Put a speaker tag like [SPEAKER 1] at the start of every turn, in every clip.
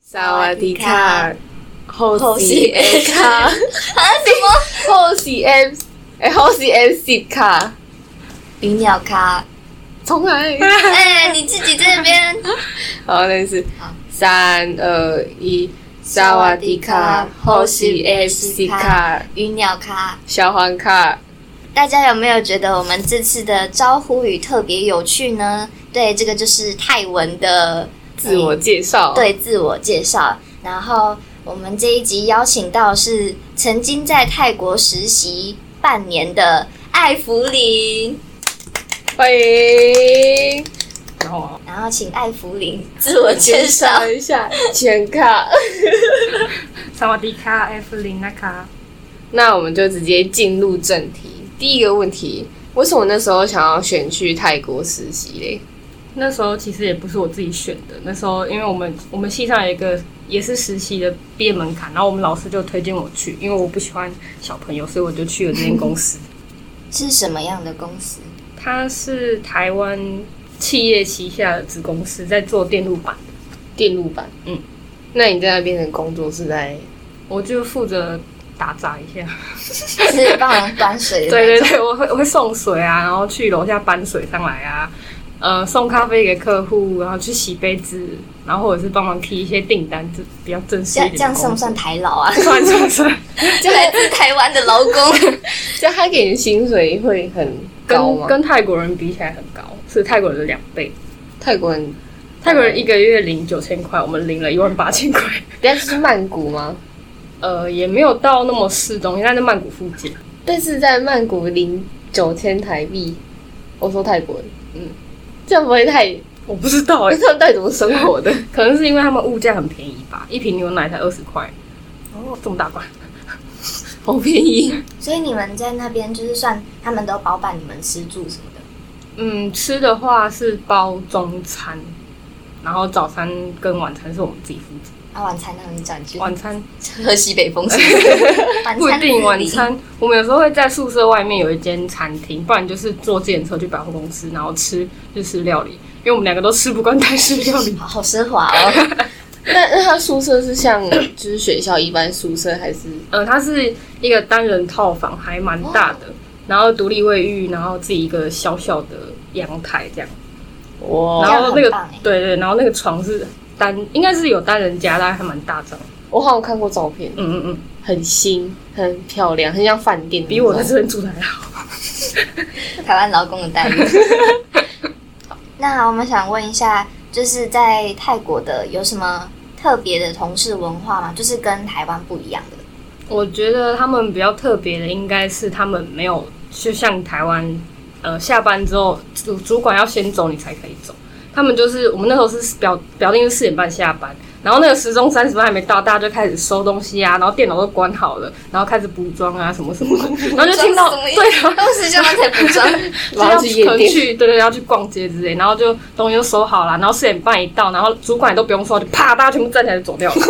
[SPEAKER 1] 萨瓦迪卡，后
[SPEAKER 2] 是
[SPEAKER 1] 是 A 卡，
[SPEAKER 2] 啊
[SPEAKER 1] 后是 M，哎，后是 M C 卡，
[SPEAKER 2] 鱼鸟咖。
[SPEAKER 1] 重 来。
[SPEAKER 2] 哎、你自己这边。
[SPEAKER 1] 好，那是
[SPEAKER 2] 好
[SPEAKER 1] 三二一，萨瓦迪卡，后是 M C 卡，
[SPEAKER 2] 鱼鸟咖，
[SPEAKER 1] 小黄卡。
[SPEAKER 2] 大家有没有觉得我们这次的招呼语特别有趣呢？对，这个就是泰文的
[SPEAKER 1] 自
[SPEAKER 3] 哎
[SPEAKER 1] 我介绍，，
[SPEAKER 2] 对自我介绍。然后我们这一集邀请到是曾经在泰国实习半年的艾福林，
[SPEAKER 1] 欢迎。
[SPEAKER 3] 啊
[SPEAKER 2] 然后请艾福林自我介绍。
[SPEAKER 1] 一下，全卡。
[SPEAKER 3] 萨瓦迪卡，F 零那卡，
[SPEAKER 1] 那我们就直接进入正题。第一个问题，为什么那时候想要选去泰国实习嘞？
[SPEAKER 3] 那时候其实也不是我自己选的，那时候因为我们我们系上有一个也是实习的毕业门槛，然后我们老师就推荐我去，因为我不喜欢小朋友，所以我就去了这间公司。
[SPEAKER 2] 是什么样的公司？
[SPEAKER 3] 它是台湾企业旗下的子公司，在做电路板，
[SPEAKER 1] 电路板，
[SPEAKER 3] 嗯，
[SPEAKER 1] 那你在那边的工作是在
[SPEAKER 3] 我就负责打杂一下。
[SPEAKER 2] 是帮人端水的。
[SPEAKER 3] 对对对，我会我会送水啊，然后去楼下搬水上来啊，呃，送咖啡给客户，然后去洗杯子，然后或者是帮忙提一些订单，这比较正式
[SPEAKER 2] 这
[SPEAKER 3] 一
[SPEAKER 2] 样
[SPEAKER 3] 点。
[SPEAKER 2] 这样算不算？台劳啊？
[SPEAKER 3] 算 算算，
[SPEAKER 2] 就来自台湾的劳工。
[SPEAKER 1] 就他给你薪水会很高吗？
[SPEAKER 3] 跟跟泰国人比起来很高，是泰国人的两倍。
[SPEAKER 1] 泰国人，
[SPEAKER 3] 泰国人一个月领九千块，我们领了一万八千块。
[SPEAKER 1] 人家是曼谷吗？
[SPEAKER 3] 呃，也没有到那么市中心，但在曼谷附近。
[SPEAKER 1] 但是在曼谷领九千台币，我说泰国人，嗯，这样不会太，
[SPEAKER 3] 我不知道哎、
[SPEAKER 1] 他们到底怎么生活 的？
[SPEAKER 3] 可能是因为他们物价很便宜吧，一瓶牛奶才二十块。哦，这么大罐。
[SPEAKER 1] 好便宜，
[SPEAKER 2] 所以你们在那边就是算他们都包办你们吃住什么的。
[SPEAKER 3] 嗯，吃的话是包中餐，然后早餐跟晚餐是我们自己负责。
[SPEAKER 2] 啊，晚餐让你转去
[SPEAKER 3] 晚餐
[SPEAKER 2] 喝西北 风是不是晚
[SPEAKER 3] 不一
[SPEAKER 2] 餐
[SPEAKER 3] 定，晚
[SPEAKER 2] 自理
[SPEAKER 3] 餐嗯我们有时候会在宿舍外面有一间餐厅，不然就是坐自行车去百货公司，然后吃日式料理，因为我们两个都吃不惯泰式
[SPEAKER 2] 。
[SPEAKER 3] 料理
[SPEAKER 2] 好好奢华哦。
[SPEAKER 1] 那那他宿舍是像就是学校一般宿舍，还是
[SPEAKER 3] 呃，它是一个单人套房，还蛮大的，然后独立卫浴，然后自己一个小小的阳台这样，
[SPEAKER 1] 哇
[SPEAKER 3] 然
[SPEAKER 2] 这样
[SPEAKER 3] 后
[SPEAKER 2] 很
[SPEAKER 3] 那个
[SPEAKER 2] 棒欸
[SPEAKER 3] 对对，然后那个床是单，应该是有单人加，但还蛮大张。
[SPEAKER 1] 我好像看过照片，
[SPEAKER 3] 嗯嗯嗯，
[SPEAKER 1] 很新，很漂亮，很像饭店。
[SPEAKER 3] 比我在这边住的还好。
[SPEAKER 2] 台湾劳工的待遇。那我们想问一下，就是在泰国的有什么特别的同事文化吗？就是跟台湾不一样的。
[SPEAKER 3] 我觉得他们比较特别的应该是他们没有，就像台湾，呃，下班之后主主管要先走你才可以走。他们就是我们那时候是表表定是四点半下班，然后那个时钟三十分还没到，大家就开始收东西啊，然后电脑都关好了，然后开始补妆啊什么什么，然后就听到
[SPEAKER 2] 什么意思
[SPEAKER 3] 对啊，
[SPEAKER 2] 当时就才补妆，
[SPEAKER 1] 然后去夜
[SPEAKER 3] 可能
[SPEAKER 1] 店
[SPEAKER 3] 去对对，要去逛街之类，然后就东西都收好了，然后四点半一到，然后主管也都不用说，就啪，大家全部站起来就走掉了。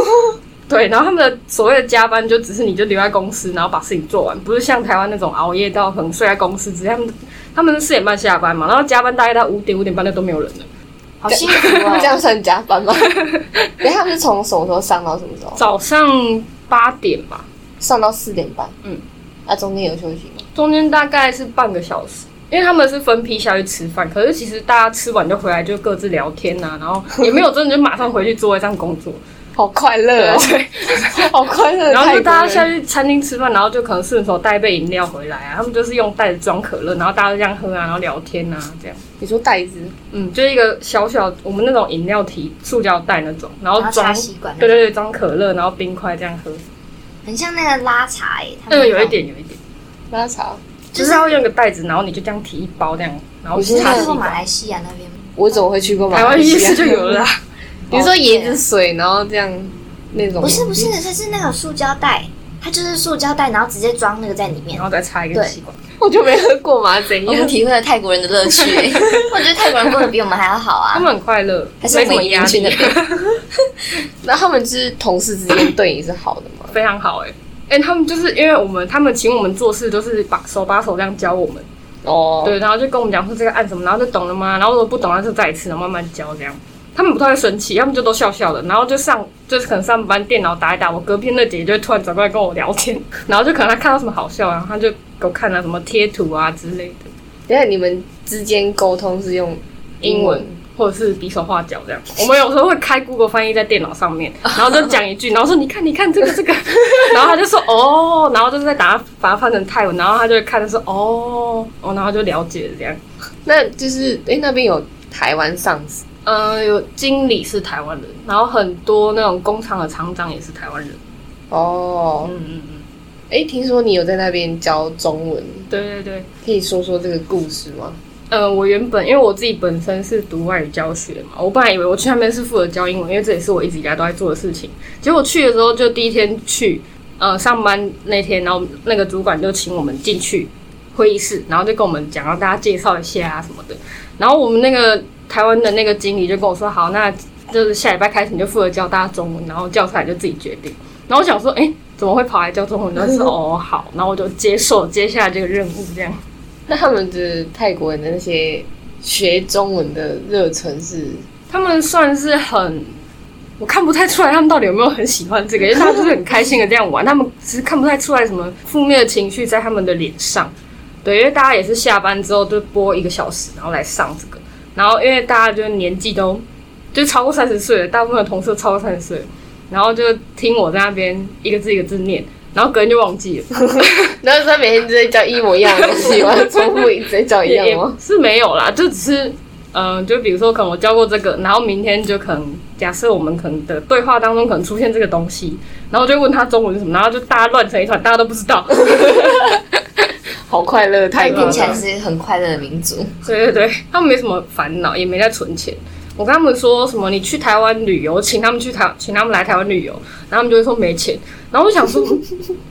[SPEAKER 3] 对，然后他们的所谓的加班，就只是你就留在公司，然后把事情做完，不是像台湾那种熬夜到可能睡在公司之类。他们他们是四点半下班嘛，然后加班大概到五点五点半就都没有人了。
[SPEAKER 2] 好幸福哦
[SPEAKER 1] 这。样算加班吗？等一下他们是从什么时候上到什么时候？
[SPEAKER 3] 早上八点吧，
[SPEAKER 1] 上到四点半。
[SPEAKER 3] 嗯，
[SPEAKER 1] 那、中间有休息吗？
[SPEAKER 3] 中间大概是半个小时，因为他们是分批下去吃饭，可是其实大家吃完就回来就各自聊天呐、然后也没有真的就马上回去座位上工作。
[SPEAKER 1] 好快乐哦， 好快乐。
[SPEAKER 3] 然后就大家下
[SPEAKER 1] 去，
[SPEAKER 3] 去餐厅吃饭，然后就可能顺手带一杯饮料回来啊。他们就是用袋子装可乐，然后大家就这样喝啊，然后聊天啊，这样。
[SPEAKER 1] 你说袋子，
[SPEAKER 3] 嗯，就一个小小我们那种饮料提塑胶袋那种，然后
[SPEAKER 2] 然后
[SPEAKER 3] 装
[SPEAKER 2] 插吸管，
[SPEAKER 3] 对对对，装可乐，然后冰块这样喝。
[SPEAKER 2] 很像那个拉茶诶、他们
[SPEAKER 3] 嗯，有
[SPEAKER 2] 那
[SPEAKER 3] 一
[SPEAKER 2] 种
[SPEAKER 3] 点有一点，
[SPEAKER 1] 拉茶。
[SPEAKER 2] 就
[SPEAKER 3] 就是是要用一个袋子，然后你就这样提一包这样，然后
[SPEAKER 1] 我
[SPEAKER 3] 去
[SPEAKER 1] 觉得
[SPEAKER 3] 插
[SPEAKER 2] 去
[SPEAKER 3] 吸
[SPEAKER 2] 过马
[SPEAKER 3] 管。
[SPEAKER 2] 来西亚那边吗？
[SPEAKER 1] 我怎么会去过哦马
[SPEAKER 3] 台湾
[SPEAKER 1] 来
[SPEAKER 3] 夜
[SPEAKER 1] 西亚？
[SPEAKER 3] 市就 有了啦，
[SPEAKER 1] 你说椰子水，然后这样那种？
[SPEAKER 2] 不是不是，它是那种塑胶袋，它就是塑胶袋，然后直接装那个在里面
[SPEAKER 3] 然。后再插一个
[SPEAKER 2] 对
[SPEAKER 3] 吸管。
[SPEAKER 1] 我就没喝过嘛，怎
[SPEAKER 2] 哦我们
[SPEAKER 1] 样？
[SPEAKER 2] 体会了泰国人的乐趣、 我觉得泰国人过得比我们还要好
[SPEAKER 3] 他
[SPEAKER 2] 啊。
[SPEAKER 3] 们很快乐，
[SPEAKER 2] 还
[SPEAKER 3] 没
[SPEAKER 2] 是我
[SPEAKER 3] 什
[SPEAKER 2] 们
[SPEAKER 3] 么压
[SPEAKER 2] 移民
[SPEAKER 3] 力
[SPEAKER 2] 去，
[SPEAKER 1] 那他们就是同事之间对你是好的吗？
[SPEAKER 3] 非常好哎、哎、他们就是因为我们，他们请我们做事都是把手把手这样教我们。
[SPEAKER 1] 哦，
[SPEAKER 3] 对，然后就跟我们讲说这个按什么，然后就懂了吗？然后如果不懂，那就再一次，然后慢慢教这样。他们不太会生气，他们就都笑笑的，然后就上就是可能上班电脑打一打，我隔壁那姐姐就会突然转过来跟我聊天， 然后就可能她看到什么好笑，然后她就给我看了什么贴图啊之类的，
[SPEAKER 1] 等一下你们之间沟通是用
[SPEAKER 3] 英文。或者是比手画脚这样，我们有时候会开 Google 翻译在电脑上面，然后就讲一句，然后说你看你看这个这个， 然后他就说哦，然后就是在打把它翻成泰文，然后他就会看的说哦哦，然后就了解了这样。
[SPEAKER 1] 那就是哎、诶那边有台湾上司，
[SPEAKER 3] 呃，有经理是台湾人，然后很多那种工厂的厂长也是台湾人。
[SPEAKER 1] 哦，
[SPEAKER 3] 嗯嗯嗯，
[SPEAKER 1] 哎、听说你有在那边教中文，
[SPEAKER 3] 对对对。
[SPEAKER 1] 可以说说这个故事吗？
[SPEAKER 3] 呃，我原本因为我自己本身是读外语教学嘛，我本来以为我去那边是负责教英文，因为这也是我一直以来都在做的事情。结果去的时候，就第一天去，呃，上班那天，然后那个主管就请我们进去会议室，然后就跟我们讲，让大家介绍一下啊什么的。然后我们那个台湾的那个经理就跟我说，好，那就是下礼拜开始你就负责教大家中文，然后教材就自己决定。然后我想说，诶，怎么会跑来教中文？他说，哦，好，然后我就接受接下来这个任务这样。
[SPEAKER 1] 那他们的泰国人的那些学中文的热忱是，
[SPEAKER 3] 他们算是很，我看不太出来他们到底有没有很喜欢这个，因为他们就是很开心的这样玩，他们其实看不太出来什么负面的情绪在他们的脸上。对，因为大家也是下班之后就播一个小时，然后来上这个，然后因为大家就是年纪都就超过三十岁了，大部分的同事都超过三十岁了，然后就听我在那边一个字一个字念，然后隔天就忘记了。
[SPEAKER 1] 然后他每天都在教一模一样的东西吗？重复一直在教一 样吗？
[SPEAKER 3] 是没有啦，就只是，嗯、就比如说，可能我教过这个，然后明天就可能假设我们可能的对话当中可能出现这个东西，然后就问他中文是什么，然后就大家乱成一团，大家都不 知道。
[SPEAKER 1] 好快乐，泰 国
[SPEAKER 2] 听
[SPEAKER 1] 人
[SPEAKER 2] 起来是很快乐的民族。
[SPEAKER 3] 对对对，他们没什么烦恼，也没在存钱。我跟他们说什么，你去台湾旅游，请他们去台，请他们来台湾旅游，然后他们就会说没钱。然后我想说，嗯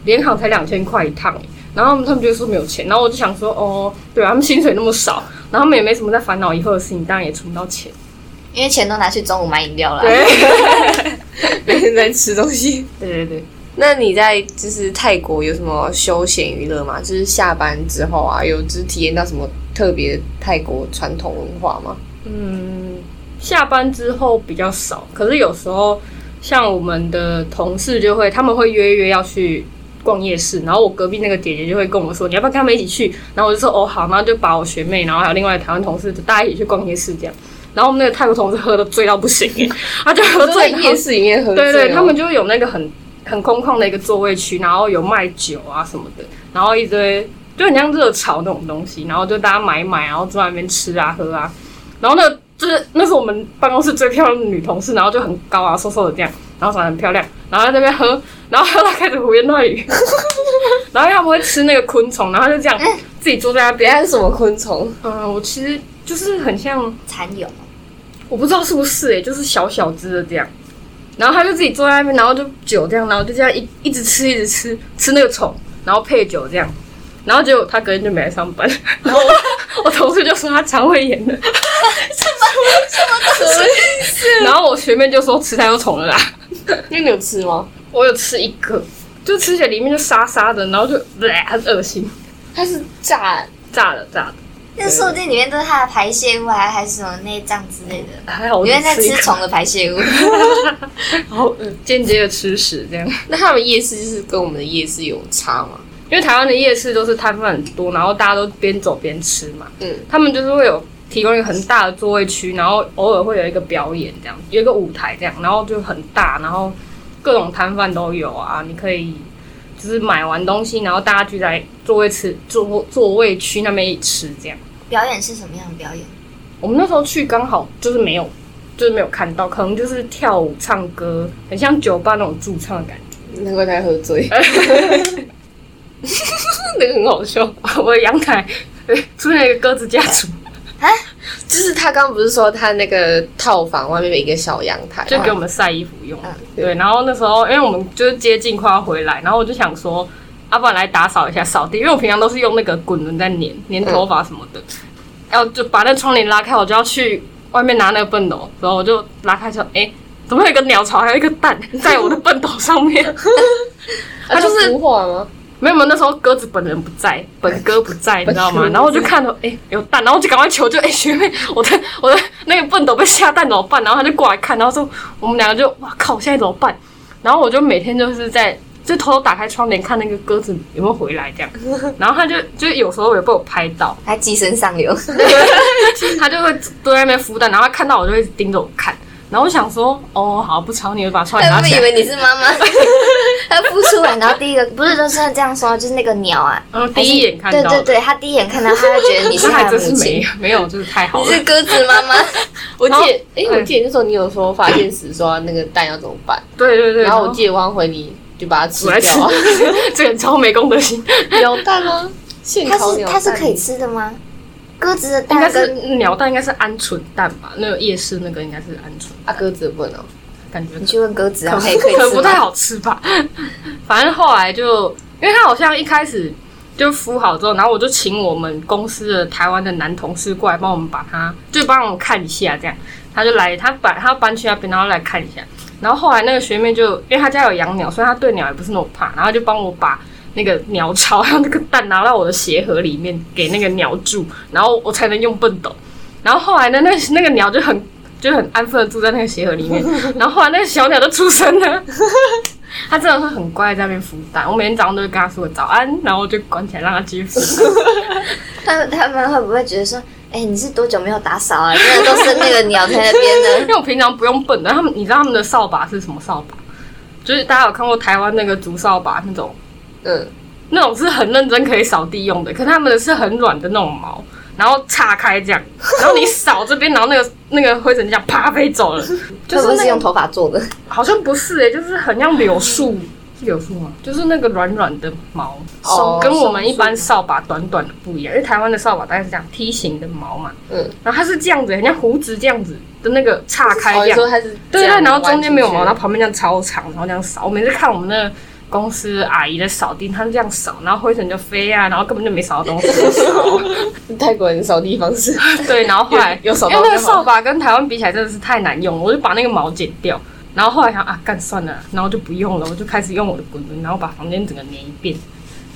[SPEAKER 3] 联航才两千块一趟，欸然后他们就会说没有钱。然后我就想说，哦，对啊，他们薪水那么少，然后他们也没什么在烦恼以后的事情，当然也存不到钱。
[SPEAKER 2] 因为钱都拿去中午买饮料了。
[SPEAKER 1] 每天在吃东西。
[SPEAKER 3] 对对对，
[SPEAKER 1] 那你在就是泰国有什么休闲娱乐吗？就是下班之后啊，有就是体验到什么特别的泰国传统文化吗？
[SPEAKER 3] 嗯，下班之后比较少，可是有时候像我们的同事就会，他们会约一约要去逛夜市，然后我隔壁那个姐姐就会跟我说，你要不要跟他们一起去？然后我就说哦好，然后就把我学妹，然后还有另外的台湾同事，就大家一起去逛夜市这样。然后我们那个泰国同事喝的醉到不行 耶，他就喝
[SPEAKER 1] 都在
[SPEAKER 3] 醉，然后
[SPEAKER 1] 夜市里面喝醉、
[SPEAKER 3] 对
[SPEAKER 1] 哦，
[SPEAKER 3] 对，他们就有那个很很空旷的一个座位区，然后有卖酒啊什么的，然后一堆就很像热炒那种东西，然后就大家买一买，然后坐在那边吃啊喝啊，然后那个就是那是我们办公室最漂亮的女同事，然后就很高啊瘦瘦的这样，然后长得很漂亮，然后在那边喝，然后喝到开始胡言乱语， 然后要么会吃那个昆虫，然后就这样
[SPEAKER 1] 嗯
[SPEAKER 3] 自己坐在那
[SPEAKER 1] 等一
[SPEAKER 3] 边，
[SPEAKER 1] 下是什么昆 虫？
[SPEAKER 3] 嗯、我其实就是很像。
[SPEAKER 2] 蚕蛹，
[SPEAKER 3] 我不知道是不是哎、就是小小只的这样。然后他就自己坐在那边，然后就酒这样，然后就这样一一直吃，一直吃，吃那个虫，然后配酒这样。然后结果他隔天就没来上 班，然后我我同事就说他肠胃 炎了，什么什么东西？然后我学妹就说吃太多虫了啦，
[SPEAKER 1] 那你有吃吗？
[SPEAKER 3] 我有吃一个，就吃起来里面就沙沙的，然后就呃很恶心，
[SPEAKER 1] 它是炸，
[SPEAKER 3] 炸了炸了，
[SPEAKER 2] 那说不定里面都是它的排泄物啊，还是什么内脏之类的。
[SPEAKER 3] 还好我
[SPEAKER 2] 我
[SPEAKER 3] 只
[SPEAKER 2] 觉得在
[SPEAKER 3] 吃一
[SPEAKER 2] 吃
[SPEAKER 3] 个，
[SPEAKER 2] 虫的排 泄物，
[SPEAKER 3] 然后呃间接的吃屎这样。
[SPEAKER 1] 那他们夜市就是跟我们的夜市有差吗？
[SPEAKER 3] 因为台湾的夜市都是摊贩很多，然后大家都边走边吃嘛。
[SPEAKER 1] 嗯，
[SPEAKER 3] 他们就是会有提供一个很大的座位区，然后偶尔会有一个表演这样，有一个舞台这样，然后就很大，然后各种摊贩都有啊，你可以就是买完东西，然后大家聚在座位吃座座位区那边一起吃这样。
[SPEAKER 2] 表演是什么样的表演？
[SPEAKER 3] 我们那时候去刚好就是没有，就是没有看到，可能就是跳舞、唱歌，很像酒吧那种驻唱的感觉。
[SPEAKER 1] 难怪他喝 醉，那个很好笑。
[SPEAKER 3] 我的阳台呃出现一个鸽子家族，
[SPEAKER 1] 就是他刚不是说他那个套房外面有一个小阳台吗，啊
[SPEAKER 3] 就给我们晒衣服用。
[SPEAKER 2] 嗯
[SPEAKER 3] 对，然后那时候因为我们就是接近快要回来，然后我就想说，要、不然来打扫一下扫地，因为我平常都是用那个滚轮在粘粘头发什么的，要就把那窗帘拉开，我就要去外面拿那个笨斗，然后我就拉开说，哎、怎么会有一个鸟巢，还有一个蛋在我的笨斗上面？
[SPEAKER 1] 啊，
[SPEAKER 3] 他就是
[SPEAKER 1] 孵化吗？
[SPEAKER 3] 没有没有，那时候鸽子本人不在，本哥不在，你知道吗？然后我就看到，哎、有蛋，然后我就赶快求救，哎、学妹，我的我的那个笨斗被下蛋怎么办？然后他就过来看，然后说我们两个就哇靠，现在怎么办？然后我就每天就是在就偷偷打开窗帘看那个鸽子有没有回来这样， 然后他就就有时候也被我拍到，
[SPEAKER 2] 还寄生上 流，
[SPEAKER 3] 他就会蹲在那边孵蛋，然后他看到我就会盯着我看，然后我想说哦好不吵你，我就把窗帘
[SPEAKER 2] 他
[SPEAKER 3] 拿
[SPEAKER 2] 们
[SPEAKER 3] 起
[SPEAKER 2] 以
[SPEAKER 3] 来，
[SPEAKER 2] 为你是妈妈， 他孵出来，然后第一个不是就是这样说，就是那个鸟啊，
[SPEAKER 3] 然后第一眼看
[SPEAKER 2] 对
[SPEAKER 3] 到
[SPEAKER 2] 对
[SPEAKER 3] 的，
[SPEAKER 2] 对，他第一眼看到他就觉得你是
[SPEAKER 3] 他
[SPEAKER 2] 他
[SPEAKER 3] 还
[SPEAKER 2] 的
[SPEAKER 3] 真是
[SPEAKER 2] 母
[SPEAKER 3] 没
[SPEAKER 2] 亲，
[SPEAKER 3] 有没有，就是太好
[SPEAKER 2] 你
[SPEAKER 3] 了。
[SPEAKER 2] 是鸽子妈 妈，
[SPEAKER 1] 我记
[SPEAKER 3] 然后
[SPEAKER 1] 得，哎、我
[SPEAKER 3] 嗯
[SPEAKER 1] 记得那时候你有说发现时说那个蛋要怎么办，
[SPEAKER 3] 对对对，
[SPEAKER 1] 然后我记得汪回你就把它吃
[SPEAKER 3] 煮来吃
[SPEAKER 1] 掉 啊，，
[SPEAKER 3] 这个人超没公德心，
[SPEAKER 1] 鸟蛋吗？现
[SPEAKER 2] 它
[SPEAKER 1] 烤
[SPEAKER 2] 是
[SPEAKER 1] 鸟
[SPEAKER 2] 它
[SPEAKER 1] 蛋
[SPEAKER 2] 是可以吃的吗？鸽子的
[SPEAKER 3] 应该
[SPEAKER 2] 蛋
[SPEAKER 3] 是嗯
[SPEAKER 2] 跟
[SPEAKER 3] 鸟蛋，应该是鹌鹑蛋吧？那个夜市那个应该是鹌鹑，
[SPEAKER 1] 啊，鸽子不能哦，
[SPEAKER 3] 感觉
[SPEAKER 2] 你去问鸽子啊，
[SPEAKER 3] 可
[SPEAKER 2] 可以可以
[SPEAKER 3] 可能
[SPEAKER 2] 吃
[SPEAKER 3] 不太
[SPEAKER 2] 吗？
[SPEAKER 3] 好吃吧。 反正后来就，因为他好像一开始就孵好之后，然后我就请我们公司的台湾的男同事过来帮我们把它，就帮我们看一下这样。他就来，他把他搬去那边，然后来看一下。然后后来那个学妹就，因为她家有养鸟，所以她对鸟也不是那么怕，然后就帮我把那个鸟巢还有那个蛋拿到我的鞋盒里面给那个鸟住，然后我才能用笨斗。然后后来呢，那个那个鸟就很就很安分的住在那个鞋盒里面，然后后来那个小鸟就出生了。 它真的会很乖，在那边孵蛋。我每天早上都会跟它说早安，然后我就关起来让它继续孵。
[SPEAKER 2] 他们他们会不会觉得说，哎、你是多久没有打扫啊？真的都是那个鸟在那边
[SPEAKER 3] 因
[SPEAKER 2] 的。
[SPEAKER 3] 为我平常不用笨的，他们你知道他们的扫把是什么扫把？就是大家有看过台湾那个竹扫把那种，
[SPEAKER 1] 嗯，
[SPEAKER 3] 那种是很认真可以扫地用的，可他们的是很软的那种毛，然后岔开这样，然后你扫这边，然后那个那个灰尘这样啪飞走了，就
[SPEAKER 2] 会不
[SPEAKER 3] 是
[SPEAKER 2] 会
[SPEAKER 3] 那
[SPEAKER 2] 是用
[SPEAKER 3] 个
[SPEAKER 2] 头发做的？
[SPEAKER 3] 好像不是诶、欸就是很像柳树，是柳树吗？就是那个软软的毛，
[SPEAKER 1] 哦
[SPEAKER 3] 跟我们一般扫把短短的不一样，因为台湾的扫把大概是这样梯形的毛嘛，
[SPEAKER 1] 嗯，
[SPEAKER 3] 然后它是这样子，很像胡子这样子的那个岔开
[SPEAKER 1] 哦，
[SPEAKER 3] 这
[SPEAKER 1] 你
[SPEAKER 3] 样，
[SPEAKER 1] 说它是这
[SPEAKER 3] 对对，
[SPEAKER 1] 样
[SPEAKER 3] 然后中
[SPEAKER 1] 弯
[SPEAKER 3] 间
[SPEAKER 1] 进
[SPEAKER 3] 没有
[SPEAKER 1] 去
[SPEAKER 3] 毛，
[SPEAKER 1] 的
[SPEAKER 3] 然后旁边这样超长，然后这样扫。我每次看我们那个公司阿姨在扫地，她是这样扫，然后灰尘就飞啊，然后根本就没扫到 东西。
[SPEAKER 1] 泰国人扫地方式，
[SPEAKER 3] 对，然后后来
[SPEAKER 1] 有有扫
[SPEAKER 3] 因
[SPEAKER 1] 到
[SPEAKER 3] 为哎那个
[SPEAKER 1] 就好
[SPEAKER 3] 扫把跟台湾比起来真的是太难用了，我就把那个毛剪掉。然后后来想啊，干算了，然后就不用了，我就开始用我的滚轮，然后把房间整个粘一遍。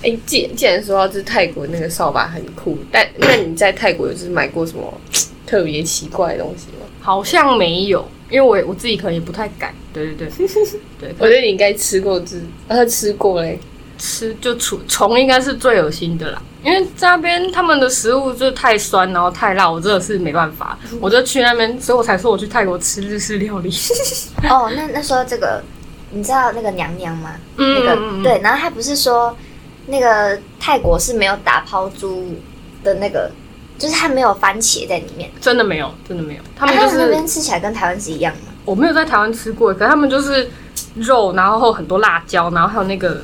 [SPEAKER 1] 哎、既既然说到这泰国那个扫把很酷，但那你在泰国有就是买过什么特别奇怪的东西吗？
[SPEAKER 3] 好像没有，因为我也我自己可能也不太敢。对对对对，
[SPEAKER 1] 我觉得你应该吃过这，呃、吃过嘞，
[SPEAKER 3] 吃就虫虫应该是最恶心的啦，因为在那边他们的食物就太酸，然后太辣，我真的是没办法，我就去那边，所以我才说我去泰国吃日式料理。
[SPEAKER 2] 哦，那那说到这个，你知道那个娘娘吗？ 那
[SPEAKER 3] 嗯
[SPEAKER 2] 个、
[SPEAKER 3] 嗯嗯，
[SPEAKER 2] 对，然后他不是说那个泰国是没有打抛猪的那个，就是它没有番茄在里面。
[SPEAKER 3] 嗯真的没有，真的没有，他
[SPEAKER 2] 啊
[SPEAKER 3] 们就
[SPEAKER 2] 那
[SPEAKER 3] 是
[SPEAKER 2] 边吃起来跟台湾是一样吗？
[SPEAKER 3] 我没有在台湾吃过，可是他们就是肉，然后很多辣椒，然后还有那个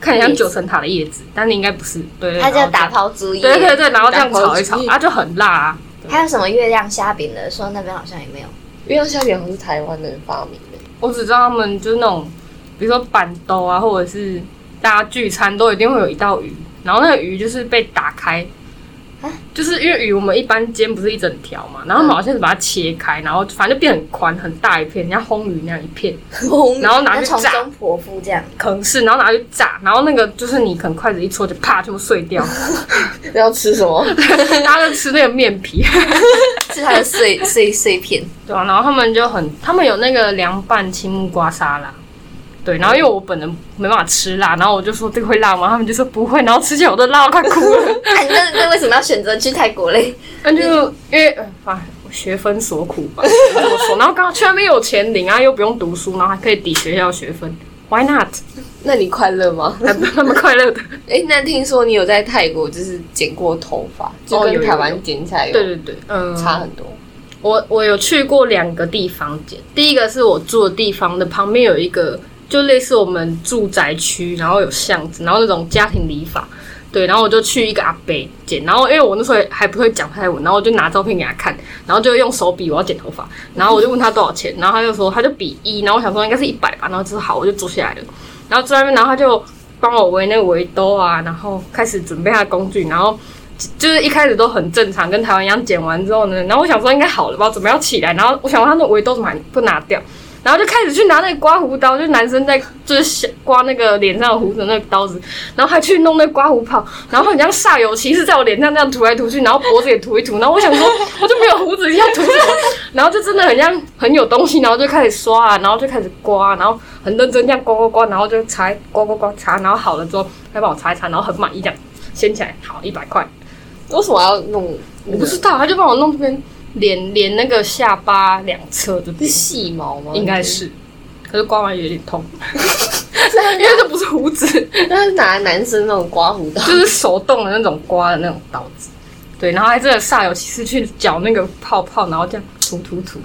[SPEAKER 3] 看起来像九层塔的叶子，但是应该不是，对对，
[SPEAKER 2] 它
[SPEAKER 3] 然
[SPEAKER 2] 叫
[SPEAKER 3] 后
[SPEAKER 2] 打
[SPEAKER 3] 这样，
[SPEAKER 2] 抛猪叶。
[SPEAKER 3] 对对对，然后这样
[SPEAKER 1] 打抛
[SPEAKER 3] 炒一炒
[SPEAKER 1] 鸡
[SPEAKER 3] 啊，就很辣啊。
[SPEAKER 2] 还有什么月亮虾饼的？说那边好像也没有。
[SPEAKER 1] 月亮虾饼好像是台湾人发明的，
[SPEAKER 3] 我只知道他们就是那种，比如说板豆啊，或者是大家聚餐都一定会有一道鱼，然后那个鱼就是被打开
[SPEAKER 2] 啊，
[SPEAKER 3] 就是因为鱼我们一般煎不是一整条嘛，然后他们好像是把它切开，然后反正就变很宽很大一片，像烘鱼那样一片，然后拿
[SPEAKER 2] 那
[SPEAKER 3] 去
[SPEAKER 2] 从
[SPEAKER 3] 炸，
[SPEAKER 2] 中婆妇这样，
[SPEAKER 3] 可能是然后拿去炸，然后那个就是你可能筷子一戳就啪全部碎掉，
[SPEAKER 1] 那要吃什么？
[SPEAKER 3] 大家就吃那个面皮。
[SPEAKER 2] 是它的 碎碎碎片。
[SPEAKER 3] 对啊，然后他们就很，他们有那个凉拌青木瓜沙拉，对，然后因为我本人没办法吃辣，然后我就说这个会辣吗？他们就说不会，然后吃起来我都辣到快哭了，
[SPEAKER 2] 那那那为什么要选择去泰国嘞？
[SPEAKER 3] 那就因为呃反我学分所苦吧，只能这么说，然后刚好去那边有钱领啊，又不用读书，然后还可以抵学校学分，Why not？
[SPEAKER 1] 那你快乐吗？
[SPEAKER 3] 还那么快乐的，
[SPEAKER 1] 哎、那听说你有在泰国就是剪过头发，就
[SPEAKER 3] 哦有
[SPEAKER 1] 跟
[SPEAKER 3] 有
[SPEAKER 1] 台湾剪起来
[SPEAKER 3] 对
[SPEAKER 1] 有
[SPEAKER 3] 对对，嗯，
[SPEAKER 1] 差很多。
[SPEAKER 3] 我我有去过两个地方剪，第一个是我住的地方的旁边有一个，就类似我们住宅区，然后有巷子，然后那种家庭理发，对，然后我就去一个阿伯剪，然后因为我那时候还不会讲泰文，然后我就拿照片给他看，然后就用手比我要剪头发，然后我就问他多少钱， 然后他就说他就比一，然后我想说应该是一百吧，然后就说好，我就坐下来了，然后坐在那边，然后他就帮我围那个围兜啊，然后开始准备他的工具，然后就是一开始都很正常，跟台湾一样剪完之后呢，然后我想说应该好了吧，准备要起来，然后我想说他那围兜怎么还不拿掉？然后就开始去拿那个刮胡刀，就男生在就是刮那个脸上的胡子的那个刀子，然后还去弄那个刮胡泡，然后很像煞有其事在我脸上这样涂来涂去，然后脖子也涂一涂，然后我想说我就没有胡子要涂什么，然后就真的很像很有东西，然后就开始刷、啊，然后就开始刮，然后很认真这样刮刮刮，然后就擦刮刮刮擦，然后好了之后还帮我擦一擦，然后很满意这样掀起来，好一百块，
[SPEAKER 1] 为什么要弄？
[SPEAKER 3] 我不知道，他就帮我弄这边连连那个下巴两侧这
[SPEAKER 1] 是
[SPEAKER 3] 边。
[SPEAKER 1] 细毛吗？
[SPEAKER 3] 应
[SPEAKER 2] 欸
[SPEAKER 3] 该是，可是刮完有点痛， 因为这不是胡子，
[SPEAKER 1] 那是拿男生那种刮胡刀，
[SPEAKER 3] 就是手动的那种刮的那种刀子。对，然后还真的煞有其事去搅那个泡泡，然后这样涂涂涂。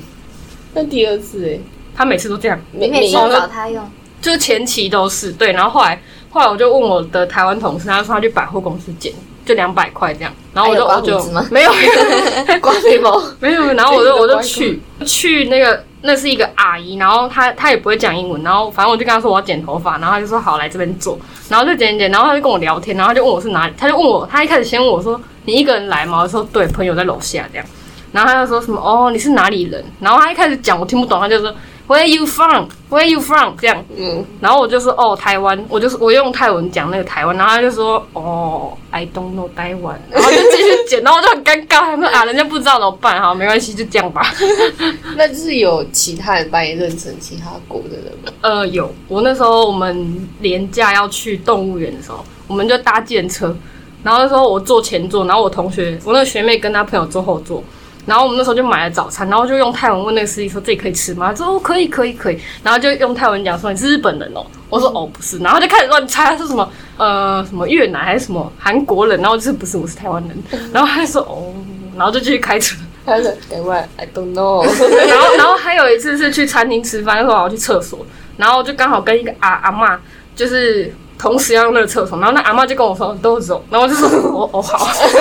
[SPEAKER 1] 那第二次哎、
[SPEAKER 3] 他每次都这样，
[SPEAKER 1] 每
[SPEAKER 2] 你每次
[SPEAKER 1] 每
[SPEAKER 2] 都找他用，
[SPEAKER 3] 就是前期都是对，然后后来后来我就问我的台湾同事，他说他去百货公司捡，就两百块这样，然后我就
[SPEAKER 2] 哎还有刮
[SPEAKER 3] 我就
[SPEAKER 2] 胡子吗
[SPEAKER 3] 没有没 有。
[SPEAKER 1] 刮眉毛，
[SPEAKER 3] 没有，然后我
[SPEAKER 1] 自己
[SPEAKER 3] 就
[SPEAKER 1] 的
[SPEAKER 3] 我就
[SPEAKER 1] 乖
[SPEAKER 3] 去去那个那是一个阿姨，然后她她也不会讲英文，然后反正我就跟她说我要剪头发，然后她就说好来这边做，然后就剪剪剪，然后她就跟我聊天，然后她就问我是哪里，她就问我，她一开始先问我说你一个人来吗？我说对，朋友在楼下这样，然后她就说什么哦你是哪里人？然后她一开始讲我听不懂，她就说 Where you from? Where you from? 这样，
[SPEAKER 1] 嗯，
[SPEAKER 3] 然后我就说哦，台湾，我就是我用泰文讲那个台湾，然后他就说哦，I don't know 台湾，然后就继续剪，然后我就很尴尬，他说啊，人家不知道怎么办，好，没关系，就这样吧。
[SPEAKER 1] 那就是有其他人把你认成其他国的人吗？
[SPEAKER 3] 呃，有，我那时候我们廉假要去动物园的时候，我们就搭计程车，然后那时候我坐前座，然后我同学，我那个学妹跟她朋友坐后座。然后我们那时候就买了早餐，然后就用泰文问那个司机说这里可以吃吗？他说哦可以可以可以，然后就用泰文讲说你是日本人哦，我说哦不是，然后就开始乱猜他说什么呃什么越南还是什么韩国人，然后我就是不是我是台湾人，然后他就说哦，然后就继续开车，
[SPEAKER 1] 他说台湾，I don't know，
[SPEAKER 3] 然后然后还有一次是去餐厅吃饭，那时候我要去厕所，然后就刚好跟一个阿阿嬷就是同时要用那个厕所，然后那阿嬷就跟我说都走，然后我就说哦哦好，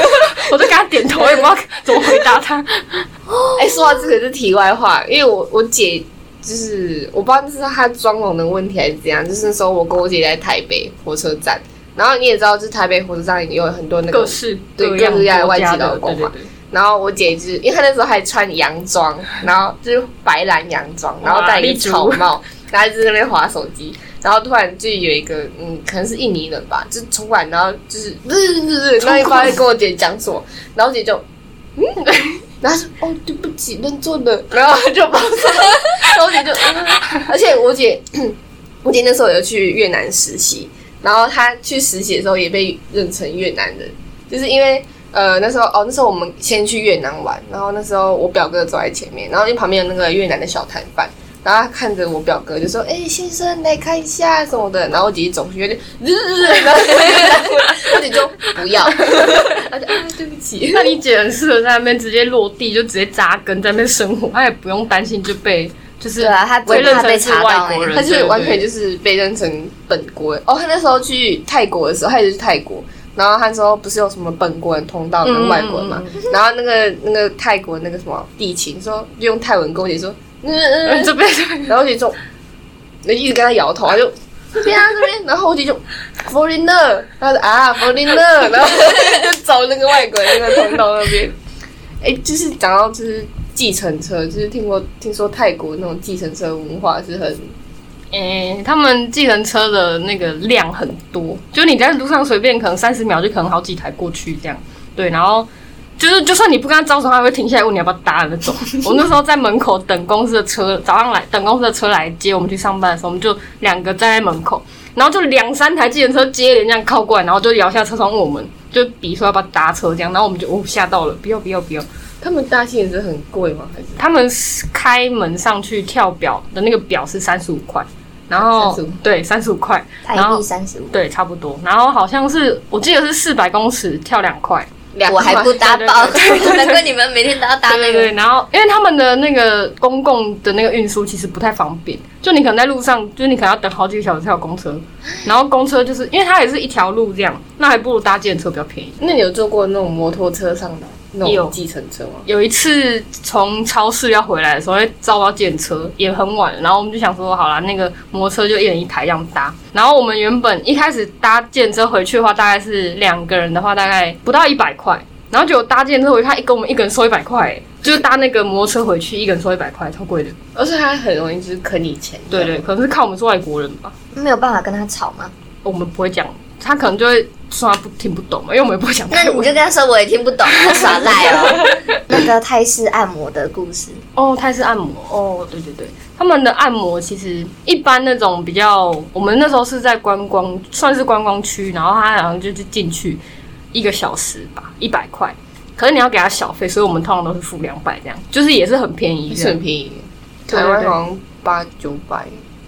[SPEAKER 3] 我就给她点头，我也不知道怎么回答她。
[SPEAKER 1] 哎、说到这个是题外话，因为我我姐就是我不知道是她妆容的问题还是怎样，就是那时候我跟我姐在台北火车站，然后你也知道，就是台北火车站有很多那
[SPEAKER 3] 各
[SPEAKER 1] 个，
[SPEAKER 3] 式
[SPEAKER 1] 对
[SPEAKER 3] 样
[SPEAKER 1] 各式各样的
[SPEAKER 3] 国家
[SPEAKER 1] 外籍劳
[SPEAKER 3] 的，
[SPEAKER 1] 工
[SPEAKER 3] 对对
[SPEAKER 1] 嘛
[SPEAKER 3] 对，
[SPEAKER 1] 然后我姐就是因为她那时候还穿洋装，然后就是白蓝洋装，然后戴一
[SPEAKER 3] 立
[SPEAKER 1] 个
[SPEAKER 3] 足
[SPEAKER 1] 草帽，然后就在那边划手机。然后突然就有一个，嗯，可能是印尼人吧，就冲过来，然后就是，不是不是，然后也不知道在跟我姐讲什么，然后我姐就，嗯，然后说，哦，对不起，认错了，然后就把然后我姐就，嗯而且我姐，我姐那时候有去越南实习，然后她去实习的时候也被认成越南人，就是因为呃那时候哦那时候我们先去越南玩，然后那时候我表哥走在前面，然后因为旁边有那个越南的小摊贩。然后他看着我表哥就说：“哎、先生，来看一下什么的。”然后我姐姐走过去就， 然后我姐就不要， 她就啊对不起。
[SPEAKER 3] 那你姐很适合在那边直接落地，就直接扎根在那边生活，她也不用担心就被就是
[SPEAKER 2] 对 啊她不会
[SPEAKER 3] 被认
[SPEAKER 2] 怕被
[SPEAKER 3] 成是
[SPEAKER 2] 查到
[SPEAKER 3] 外国
[SPEAKER 2] 欸
[SPEAKER 3] 人，
[SPEAKER 1] 他就是
[SPEAKER 3] 对
[SPEAKER 1] 完全
[SPEAKER 3] 对
[SPEAKER 1] 就是被认成本国人哦。他那时候去泰国的时候，他也是去泰国，然后他说不是有什么本国人通道跟外国人嘛，
[SPEAKER 3] 嗯
[SPEAKER 1] 然后那个那个泰国那个什么地勤说就用泰文跟我姐说，嗯嗯，
[SPEAKER 3] 嗯
[SPEAKER 1] 嗯
[SPEAKER 3] 这边
[SPEAKER 1] 然后我姐就那一直跟他摇头，他就这边啊这边，然后我姐就 foreigner，他说啊 foreigner，然后就 走那个外国人那个通道那边。哎，就是讲到就是计程车，就是听过听说泰国那种计程车文化是很。
[SPEAKER 3] 诶、他们计程车的那个量很多，嗯就你在路上随便可能三十秒就可能好几台过去这样，对，然后就是就算你不跟他招手，他还会停下来问你要不要搭的那种。我那时候在门口等公司的车，早上来等公司的车来接我们去上班的时候，我们就两个站在门口，然后就两三台计程车接连这样靠过来，然后就摇下车窗问我们，就比说要不要搭车这样，然后我们就哦吓到了，不要不要不要，
[SPEAKER 1] 他们大型车很贵吗？还是
[SPEAKER 3] 他们是开门上去跳表的那个表是三十五块，然后
[SPEAKER 1] 35
[SPEAKER 3] 对三十五块，
[SPEAKER 2] 台
[SPEAKER 3] 然后
[SPEAKER 2] 币三十五，
[SPEAKER 3] 对差不多，然后好像是我记得是四百公尺跳两块，
[SPEAKER 1] 两
[SPEAKER 2] 我还不搭包，
[SPEAKER 3] 对对 对对
[SPEAKER 2] 难怪你们每天都要搭
[SPEAKER 3] 对
[SPEAKER 2] 那
[SPEAKER 3] 对
[SPEAKER 2] 个
[SPEAKER 3] 对，然后因为他们的那个公共的那个运输其实不太方便，就你可能在路上，就是你可能要等好几个小时才有公车，然后公车就是因为它也是一条路这样，那还不如搭电车比较便宜。
[SPEAKER 1] 那你有坐过那种摩托车上的那
[SPEAKER 3] 有
[SPEAKER 1] 种计程车吗？
[SPEAKER 3] 有一次从超市要回来的时候，会遭到检车，也很晚，然后我们就想说，好啦，那个摩托车就一人一台这样搭。然后我们原本一开始搭电车回去的话，大概是两个人的话，大概不到一百块，然后结果搭电车回去，他一跟我们一个人收一百块，欸就是搭那个摩托车回去，一个人收一百块，超贵的。
[SPEAKER 1] 而且他很容易就是坑你钱。
[SPEAKER 3] 对对，可能是看我们是外国人吧，
[SPEAKER 2] 没有办法跟他吵吗？
[SPEAKER 3] 我们不会讲， 他可能就会说他不听不懂嘛，因为我们也不会讲
[SPEAKER 2] 那
[SPEAKER 3] 泰
[SPEAKER 2] 你就
[SPEAKER 3] 文。
[SPEAKER 2] 跟他说我也听不 懂，他耍赖哦。那个泰式按摩的故事，
[SPEAKER 3] 哦，泰式按摩，哦，对对对，他们的按摩其实一般那种比较，我们那时候是在观光，算是观光区，然后他好像就是进去一个小时吧，一百块，可是你要给他小费，所以我们通常都是付两百这样，就是也是很便宜
[SPEAKER 1] 也
[SPEAKER 3] 这
[SPEAKER 1] 是
[SPEAKER 3] 样，
[SPEAKER 1] 很便宜，
[SPEAKER 3] 对
[SPEAKER 1] 台湾
[SPEAKER 3] 对
[SPEAKER 1] 好像八九百。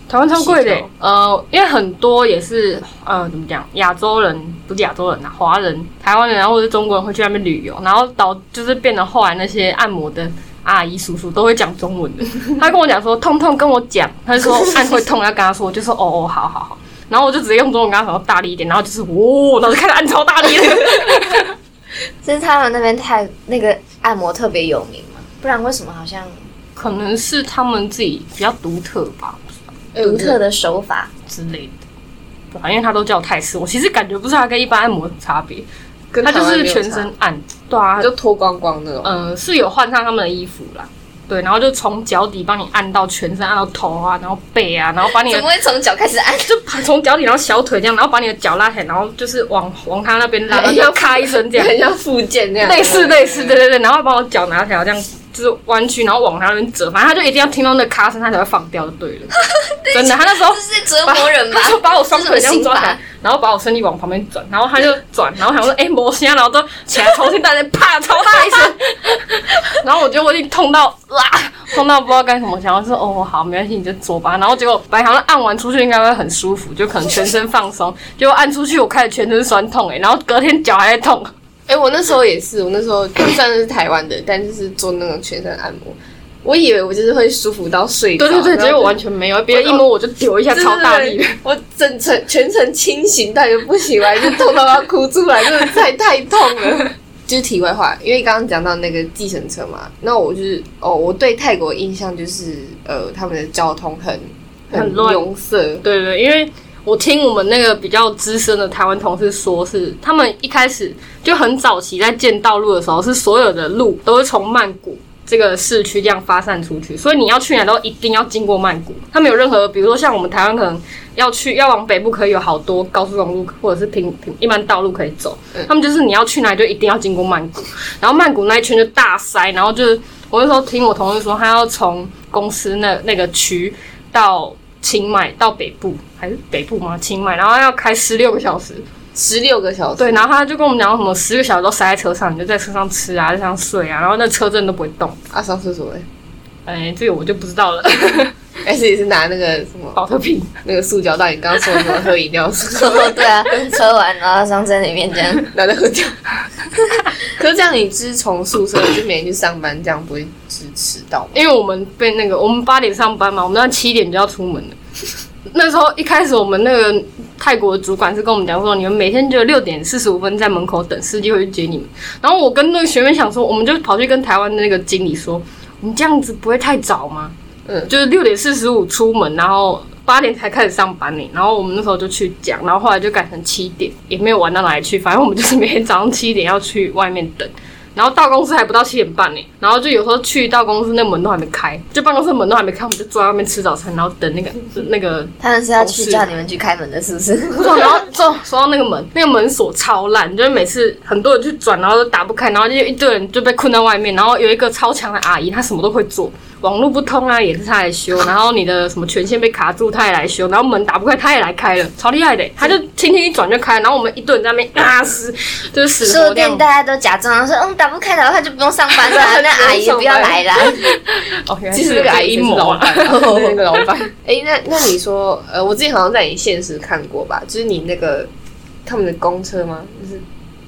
[SPEAKER 3] 台湾超贵的、
[SPEAKER 1] 起跳
[SPEAKER 3] 呃，因为很多也是呃，怎么讲，亚洲人不是亚洲人啊，华人、台湾人啊，或者是中国人会去那边旅游，然后导就是变得后来那些按摩的阿姨叔叔都会讲中 文的，他跟我讲说痛痛跟我讲，他就说按会痛要跟他说，我就说哦哦好好好，然后我就直接用中文跟他说大力一点，然后就是哦，然后就开始按超大力的，
[SPEAKER 2] 这是他们那边泰那个按摩特别有名嘛？不然为什么好像
[SPEAKER 3] 可能是他们自己比较独特吧
[SPEAKER 2] 独特的手法？
[SPEAKER 3] 之类的，对啊因为他都叫泰式，我其实感觉不出来跟一般按摩有差别。
[SPEAKER 1] 跟
[SPEAKER 3] 他就
[SPEAKER 1] 台湾
[SPEAKER 3] 是
[SPEAKER 1] 没有
[SPEAKER 3] 全
[SPEAKER 1] 差
[SPEAKER 3] 身按，对啊，
[SPEAKER 1] 就脱光光那种。
[SPEAKER 3] 呃是有换上他们的衣服啦，对，然后就从脚底帮你按到全身，按到头啊，然后背啊，然后把你
[SPEAKER 2] 怎
[SPEAKER 3] 的
[SPEAKER 2] 么会从脚开始按？
[SPEAKER 3] 就从脚底然后小腿这样，然后把你的脚拉起来，然后就是往往他那边拉，然后
[SPEAKER 1] 很像
[SPEAKER 3] 就咔一声这样，
[SPEAKER 1] 很像附件那样，
[SPEAKER 3] 类似类似，对对对，然后把我脚拿起来这样。就是弯曲，然后往他那边折，反正他就一定要听到那咔声，他才会放掉，就对 了。真的，他那时候
[SPEAKER 2] 这是折磨人吧
[SPEAKER 3] 他？就把我双腿这样
[SPEAKER 2] 这是
[SPEAKER 3] 抓起
[SPEAKER 2] 什么刑
[SPEAKER 3] 来，然后把我身体往旁边转，然后他就
[SPEAKER 2] 嗯
[SPEAKER 3] 转，然后想说哎摩西，然后都起来重新戴那啪超大 一声，然后我就我已经痛到哇、痛到不知道该怎么想，我说哦好没关系你就做吧，然后结果本来想说按完出去应该会很舒服，就可能全身放松，结果按出去我开始全身酸痛哎、然后隔天脚还在痛，
[SPEAKER 1] 哎、我那时候也是，我那时候就算是台湾的，但就是做那种全身按摩，我以为我就是会舒服到睡着，
[SPEAKER 3] 对对对，
[SPEAKER 1] 然后
[SPEAKER 3] 结
[SPEAKER 1] 就
[SPEAKER 3] 果完全没有，别人一摸我就丢一下超大力
[SPEAKER 1] 对
[SPEAKER 3] 的
[SPEAKER 1] 对对我整程全程清醒，但又不醒来，就痛到要哭出来，真的太太痛了。 就是题外话，因为刚刚讲到那个计程车嘛，那我就是哦，我对泰国的印象就是呃，他们的交通很
[SPEAKER 3] 很乱
[SPEAKER 1] 拥塞，
[SPEAKER 3] 对对，对因为我听我们那个比较资深的台湾同事说是，他们一开始就很早期在建道路的时候，是所有的路都是从曼谷。这个市区这样发散出去，所以你要去哪都一定要经过曼谷。他们有任何，比如说像我们台湾可能要去要往北部，可以有好多高速公路或者是平平一般道路可以走。他们就是你要去哪里就一定要经过曼谷，然后曼谷那一圈就大塞，然后就是我那时候听我同事说，他要从公司那那个区到清迈到北部还是北部吗？清迈，然后要开十六个小时，
[SPEAKER 1] 十六个小时，
[SPEAKER 3] 对，然后他就跟我们讲什么十个小时都塞在车上，你就在车上吃啊，在车上睡啊，然后那车震都不会动。
[SPEAKER 1] 啊，上厕所哎、
[SPEAKER 3] 哎、这个我就不知道了，
[SPEAKER 1] 而且也是拿那个什么
[SPEAKER 3] 保特瓶。
[SPEAKER 1] 那个塑胶袋，你刚刚说什么喝饮料的时候
[SPEAKER 2] 哦， 对啊，喝完然后上在里面这样。
[SPEAKER 1] 拿来喝掉。 可是这样，你就是从宿舍就每天去上班，这样不会迟迟到吗？
[SPEAKER 3] 因为我们被那个我们八点上班嘛，我们那七点就要出门了。 那时候一开始，我们那个泰国的主管是跟我们讲说，你们每天就六点四十五分在门口等司机会去接你们。然后我跟那个学妹想说，我们就跑去跟台湾的那个经理说，我们这样子不会太早吗？
[SPEAKER 1] 嗯
[SPEAKER 3] 就是六点四十五出门，然后八点才开始上班呢。然后我们那时候就去讲，然后后来就改成七点，也没有玩到哪里去，反正我们就是每天早上七点要去外面等。然后到公司还不到七点半呢，然后就有时候去到公司那门都还没开，就办公室门都还没开，我们就坐在外面吃早餐，然后等那个那个
[SPEAKER 2] 他们是要去叫
[SPEAKER 3] 啊
[SPEAKER 2] 你们去开门的，是不是？
[SPEAKER 3] 不错，然后就说到那个门，那个门锁超烂，就是每次很多人去转，然后都打不开，然后就一堆人就被困在外面。然后有一个超强的阿姨，她什么都会做，网络不通啊也是她来修，然后你的什么权限被卡住，她也来修，然后门打不开，她也来开了，超厉害的欸、她就轻轻一转就开，然后我们一堆人在那边啊死，就是死
[SPEAKER 2] 说
[SPEAKER 3] 活
[SPEAKER 2] 不
[SPEAKER 3] 这样
[SPEAKER 2] 定。大家都假装说，嗯，打不开，打不开就不用上班了， 那阿姨不要来啦。
[SPEAKER 3] 哦，原来
[SPEAKER 1] 其实
[SPEAKER 3] 是
[SPEAKER 1] 那个
[SPEAKER 3] 那个
[SPEAKER 1] 阿
[SPEAKER 3] 阿
[SPEAKER 1] 姨
[SPEAKER 3] 姨
[SPEAKER 1] 是
[SPEAKER 3] 谋
[SPEAKER 1] 老
[SPEAKER 3] 啊
[SPEAKER 1] 板，是那个老板。 哎、那那你说，呃，我之前好像在你现实看过吧？就是你那个他们的公车吗？就是
[SPEAKER 3] 嗯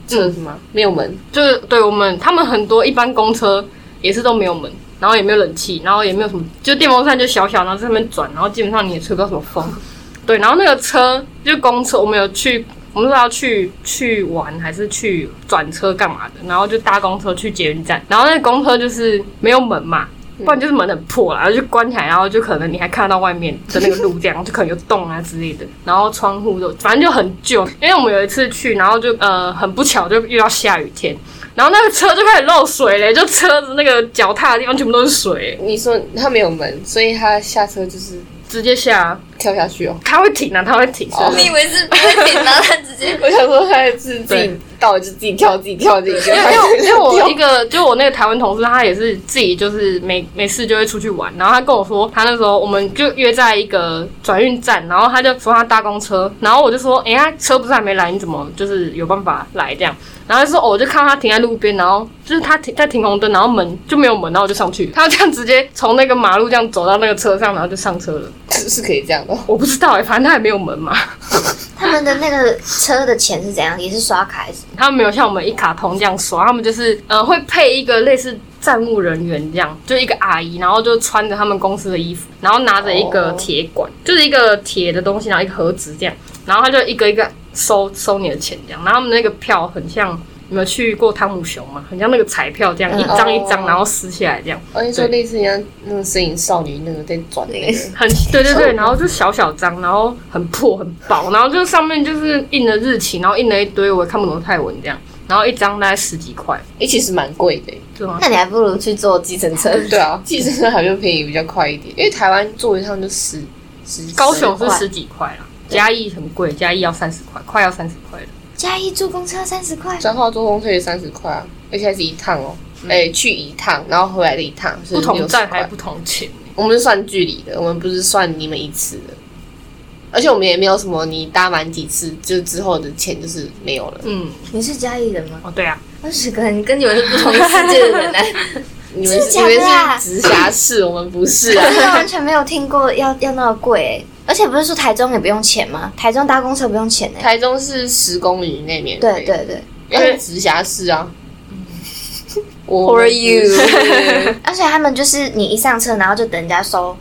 [SPEAKER 1] 车子吗？没有门，
[SPEAKER 3] 就是对我们他们很多一般公车也是都没有门，然后也没有冷气，然后也没有什么，就电风扇就小小，然后在那边转，然后基本上你也吹不到什么风。对，然后那个车就是公车，我们有去，我们是要去去玩还是去转车干嘛的，然后就搭公车去捷运站，然后那个公车就是没有门嘛。不然就是门很破啦，然后就关起来，然后就可能你还看得到外面的那个路，这样就可能有洞啊之类的，然后窗户都反正就很旧。因为我们有一次去，然后就呃很不巧就遇到下雨天，然后那个车就开始漏水嘞，就车子那个脚踏的地方全部都是水，
[SPEAKER 1] 你说他没有门，所以他下车就是
[SPEAKER 3] 直接下，
[SPEAKER 1] 跳下去哦。
[SPEAKER 3] 它会停啊，它会停，
[SPEAKER 1] 哦
[SPEAKER 2] 你以为是不会停，然后他直接
[SPEAKER 1] 我想说他是自己
[SPEAKER 3] 对
[SPEAKER 1] 到就自己跳，自己跳，自己
[SPEAKER 3] 因
[SPEAKER 1] 跳。
[SPEAKER 3] 为因为 因为我一
[SPEAKER 1] 跳
[SPEAKER 3] 个就我那个台湾同事，他也是自己就是没没事就会出去玩，然后他跟我说，他那时候我们就约在一个转运站，然后他就说他搭公车，然后我就说，哎、他车不是还没来，你怎么就是有办法来这样？然后他说，哦，我就看到他停在路边，然后就是他停在停红灯，然后门就没有门，然后我就上去，他这样直接从那个马路这样走到那个车上，然后就上车了。
[SPEAKER 1] 是是可以这样的哦。
[SPEAKER 3] 我不知道哎、反正他也没有门嘛，
[SPEAKER 2] 他们的那个车的钱是怎样？也是刷卡还是？
[SPEAKER 3] 他们没有像我们一卡通这样刷，他们就是呃会配一个类似站务人员这样，就一个阿姨，然后就穿着他们公司的衣服，然后拿着一个
[SPEAKER 1] 哦
[SPEAKER 3] 铁管就是一个铁的东西，然后一个盒子这样，然后他就一个一个收收你的钱这样，然后他们那个票很像。你们去过汤姆熊吗？很像那个彩票这样，
[SPEAKER 1] 嗯
[SPEAKER 3] 一张一张，
[SPEAKER 1] 哦
[SPEAKER 3] 然后撕下来这样，
[SPEAKER 1] 我跟你说，
[SPEAKER 3] 对
[SPEAKER 1] 类似像那个摄影少女那个在转那个，
[SPEAKER 3] 很对对对，然后就小小张，然后很破很薄，然后就上面就是印了日期，然后印了一堆我也看不懂的泰文这样，然后一张大概十几块，
[SPEAKER 1] 诶，其实蛮贵的。
[SPEAKER 3] 对吗？
[SPEAKER 2] 那你还不如去坐计程车。
[SPEAKER 1] 对啊，计程车好像便宜比较快一点，因为台湾坐一趟就十十。
[SPEAKER 3] 高雄是十几块啦，嘉义很贵，嘉义要三十块，快要三十块了。
[SPEAKER 2] 嘉义坐公车三十块，
[SPEAKER 1] 彰化坐公车也三十块啊，而且还是一趟哦。哎、去一趟，然后回来的一趟，所以
[SPEAKER 3] 嗯不同站
[SPEAKER 1] 60
[SPEAKER 3] 还
[SPEAKER 1] 块
[SPEAKER 3] 不同钱呢、
[SPEAKER 1] 我们是算距离的，我们不是算你们一次的，而且我们也没有什么你搭满几次，就之后的钱就是没有了。
[SPEAKER 3] 嗯，
[SPEAKER 2] 你是嘉义人吗？
[SPEAKER 3] 哦对啊，
[SPEAKER 2] 二十个人跟你们是不同世界的人啊呢、
[SPEAKER 1] 你们是
[SPEAKER 2] 真
[SPEAKER 1] 你
[SPEAKER 2] 的
[SPEAKER 1] 们
[SPEAKER 2] 假的啊
[SPEAKER 1] 是直辖市，我们不是 啊
[SPEAKER 2] 真。的完全没有听过要要那么贵、欸，而且不是说台中也不用钱吗？台中搭公车不用钱呢、
[SPEAKER 1] 台中是十公里以内免费，
[SPEAKER 2] 对，对对，
[SPEAKER 1] 因为它是直辖市 啊。我
[SPEAKER 2] For
[SPEAKER 1] 们不是
[SPEAKER 2] 而且他们就是你一上车，然后就等人家收。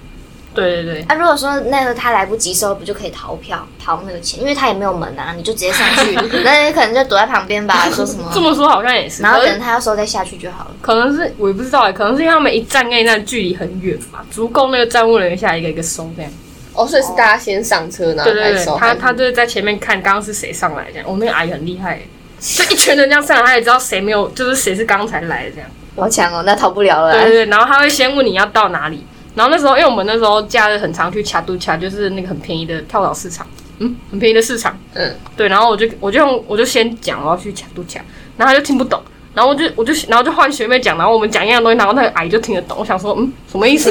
[SPEAKER 3] 对对对，
[SPEAKER 2] 啊，如果说那个他来不及收，不就可以逃票逃那个钱？因为他也没有门啊，你就直接上 去，那你可能就躲在旁边吧，说什么，
[SPEAKER 3] 这么说好像也是，
[SPEAKER 2] 然后
[SPEAKER 3] 可
[SPEAKER 2] 等
[SPEAKER 3] 是
[SPEAKER 2] 他要收再下去就好了。
[SPEAKER 3] 可能是我也不知道哎、可能是因为他们一站跟一站距离很远吧，足够那个站务人员下一个一个收这样。
[SPEAKER 1] 哦，所以是大家先上车，然后
[SPEAKER 3] 对对
[SPEAKER 1] 再
[SPEAKER 3] 对，
[SPEAKER 1] 收。
[SPEAKER 3] 他他就是在前面看刚刚是谁上来这样，我、哦那个阿姨很厉 害、欸，就一圈人这样上来，他也知道谁没有，就是谁是刚才来的这样。
[SPEAKER 2] 好强哦，那逃不了了
[SPEAKER 3] 对
[SPEAKER 2] 啊、
[SPEAKER 3] 对对，然后他会先问你要到哪里，然后那时候因为我们那时候假日很常去卡都卡，就是那个很便宜的跳蚤市场，嗯，很便宜的市场，
[SPEAKER 1] 嗯，
[SPEAKER 3] 对，然后我就我就用我就先讲我要去卡都卡，然后他就听不懂。然后我就我就然后就换学妹讲，然后我们讲一样的东西，然后那个阿姨就听得懂。我想说，嗯，什么意 思？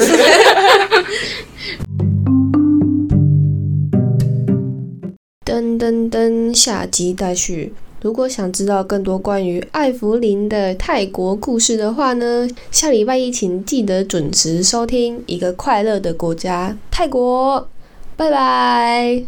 [SPEAKER 4] 噔噔噔，下集待续。如果想知道更多关于艾芙琳的泰国故事的话呢，下礼拜一请记得准时收听《一个快乐的国家——泰国》。拜拜。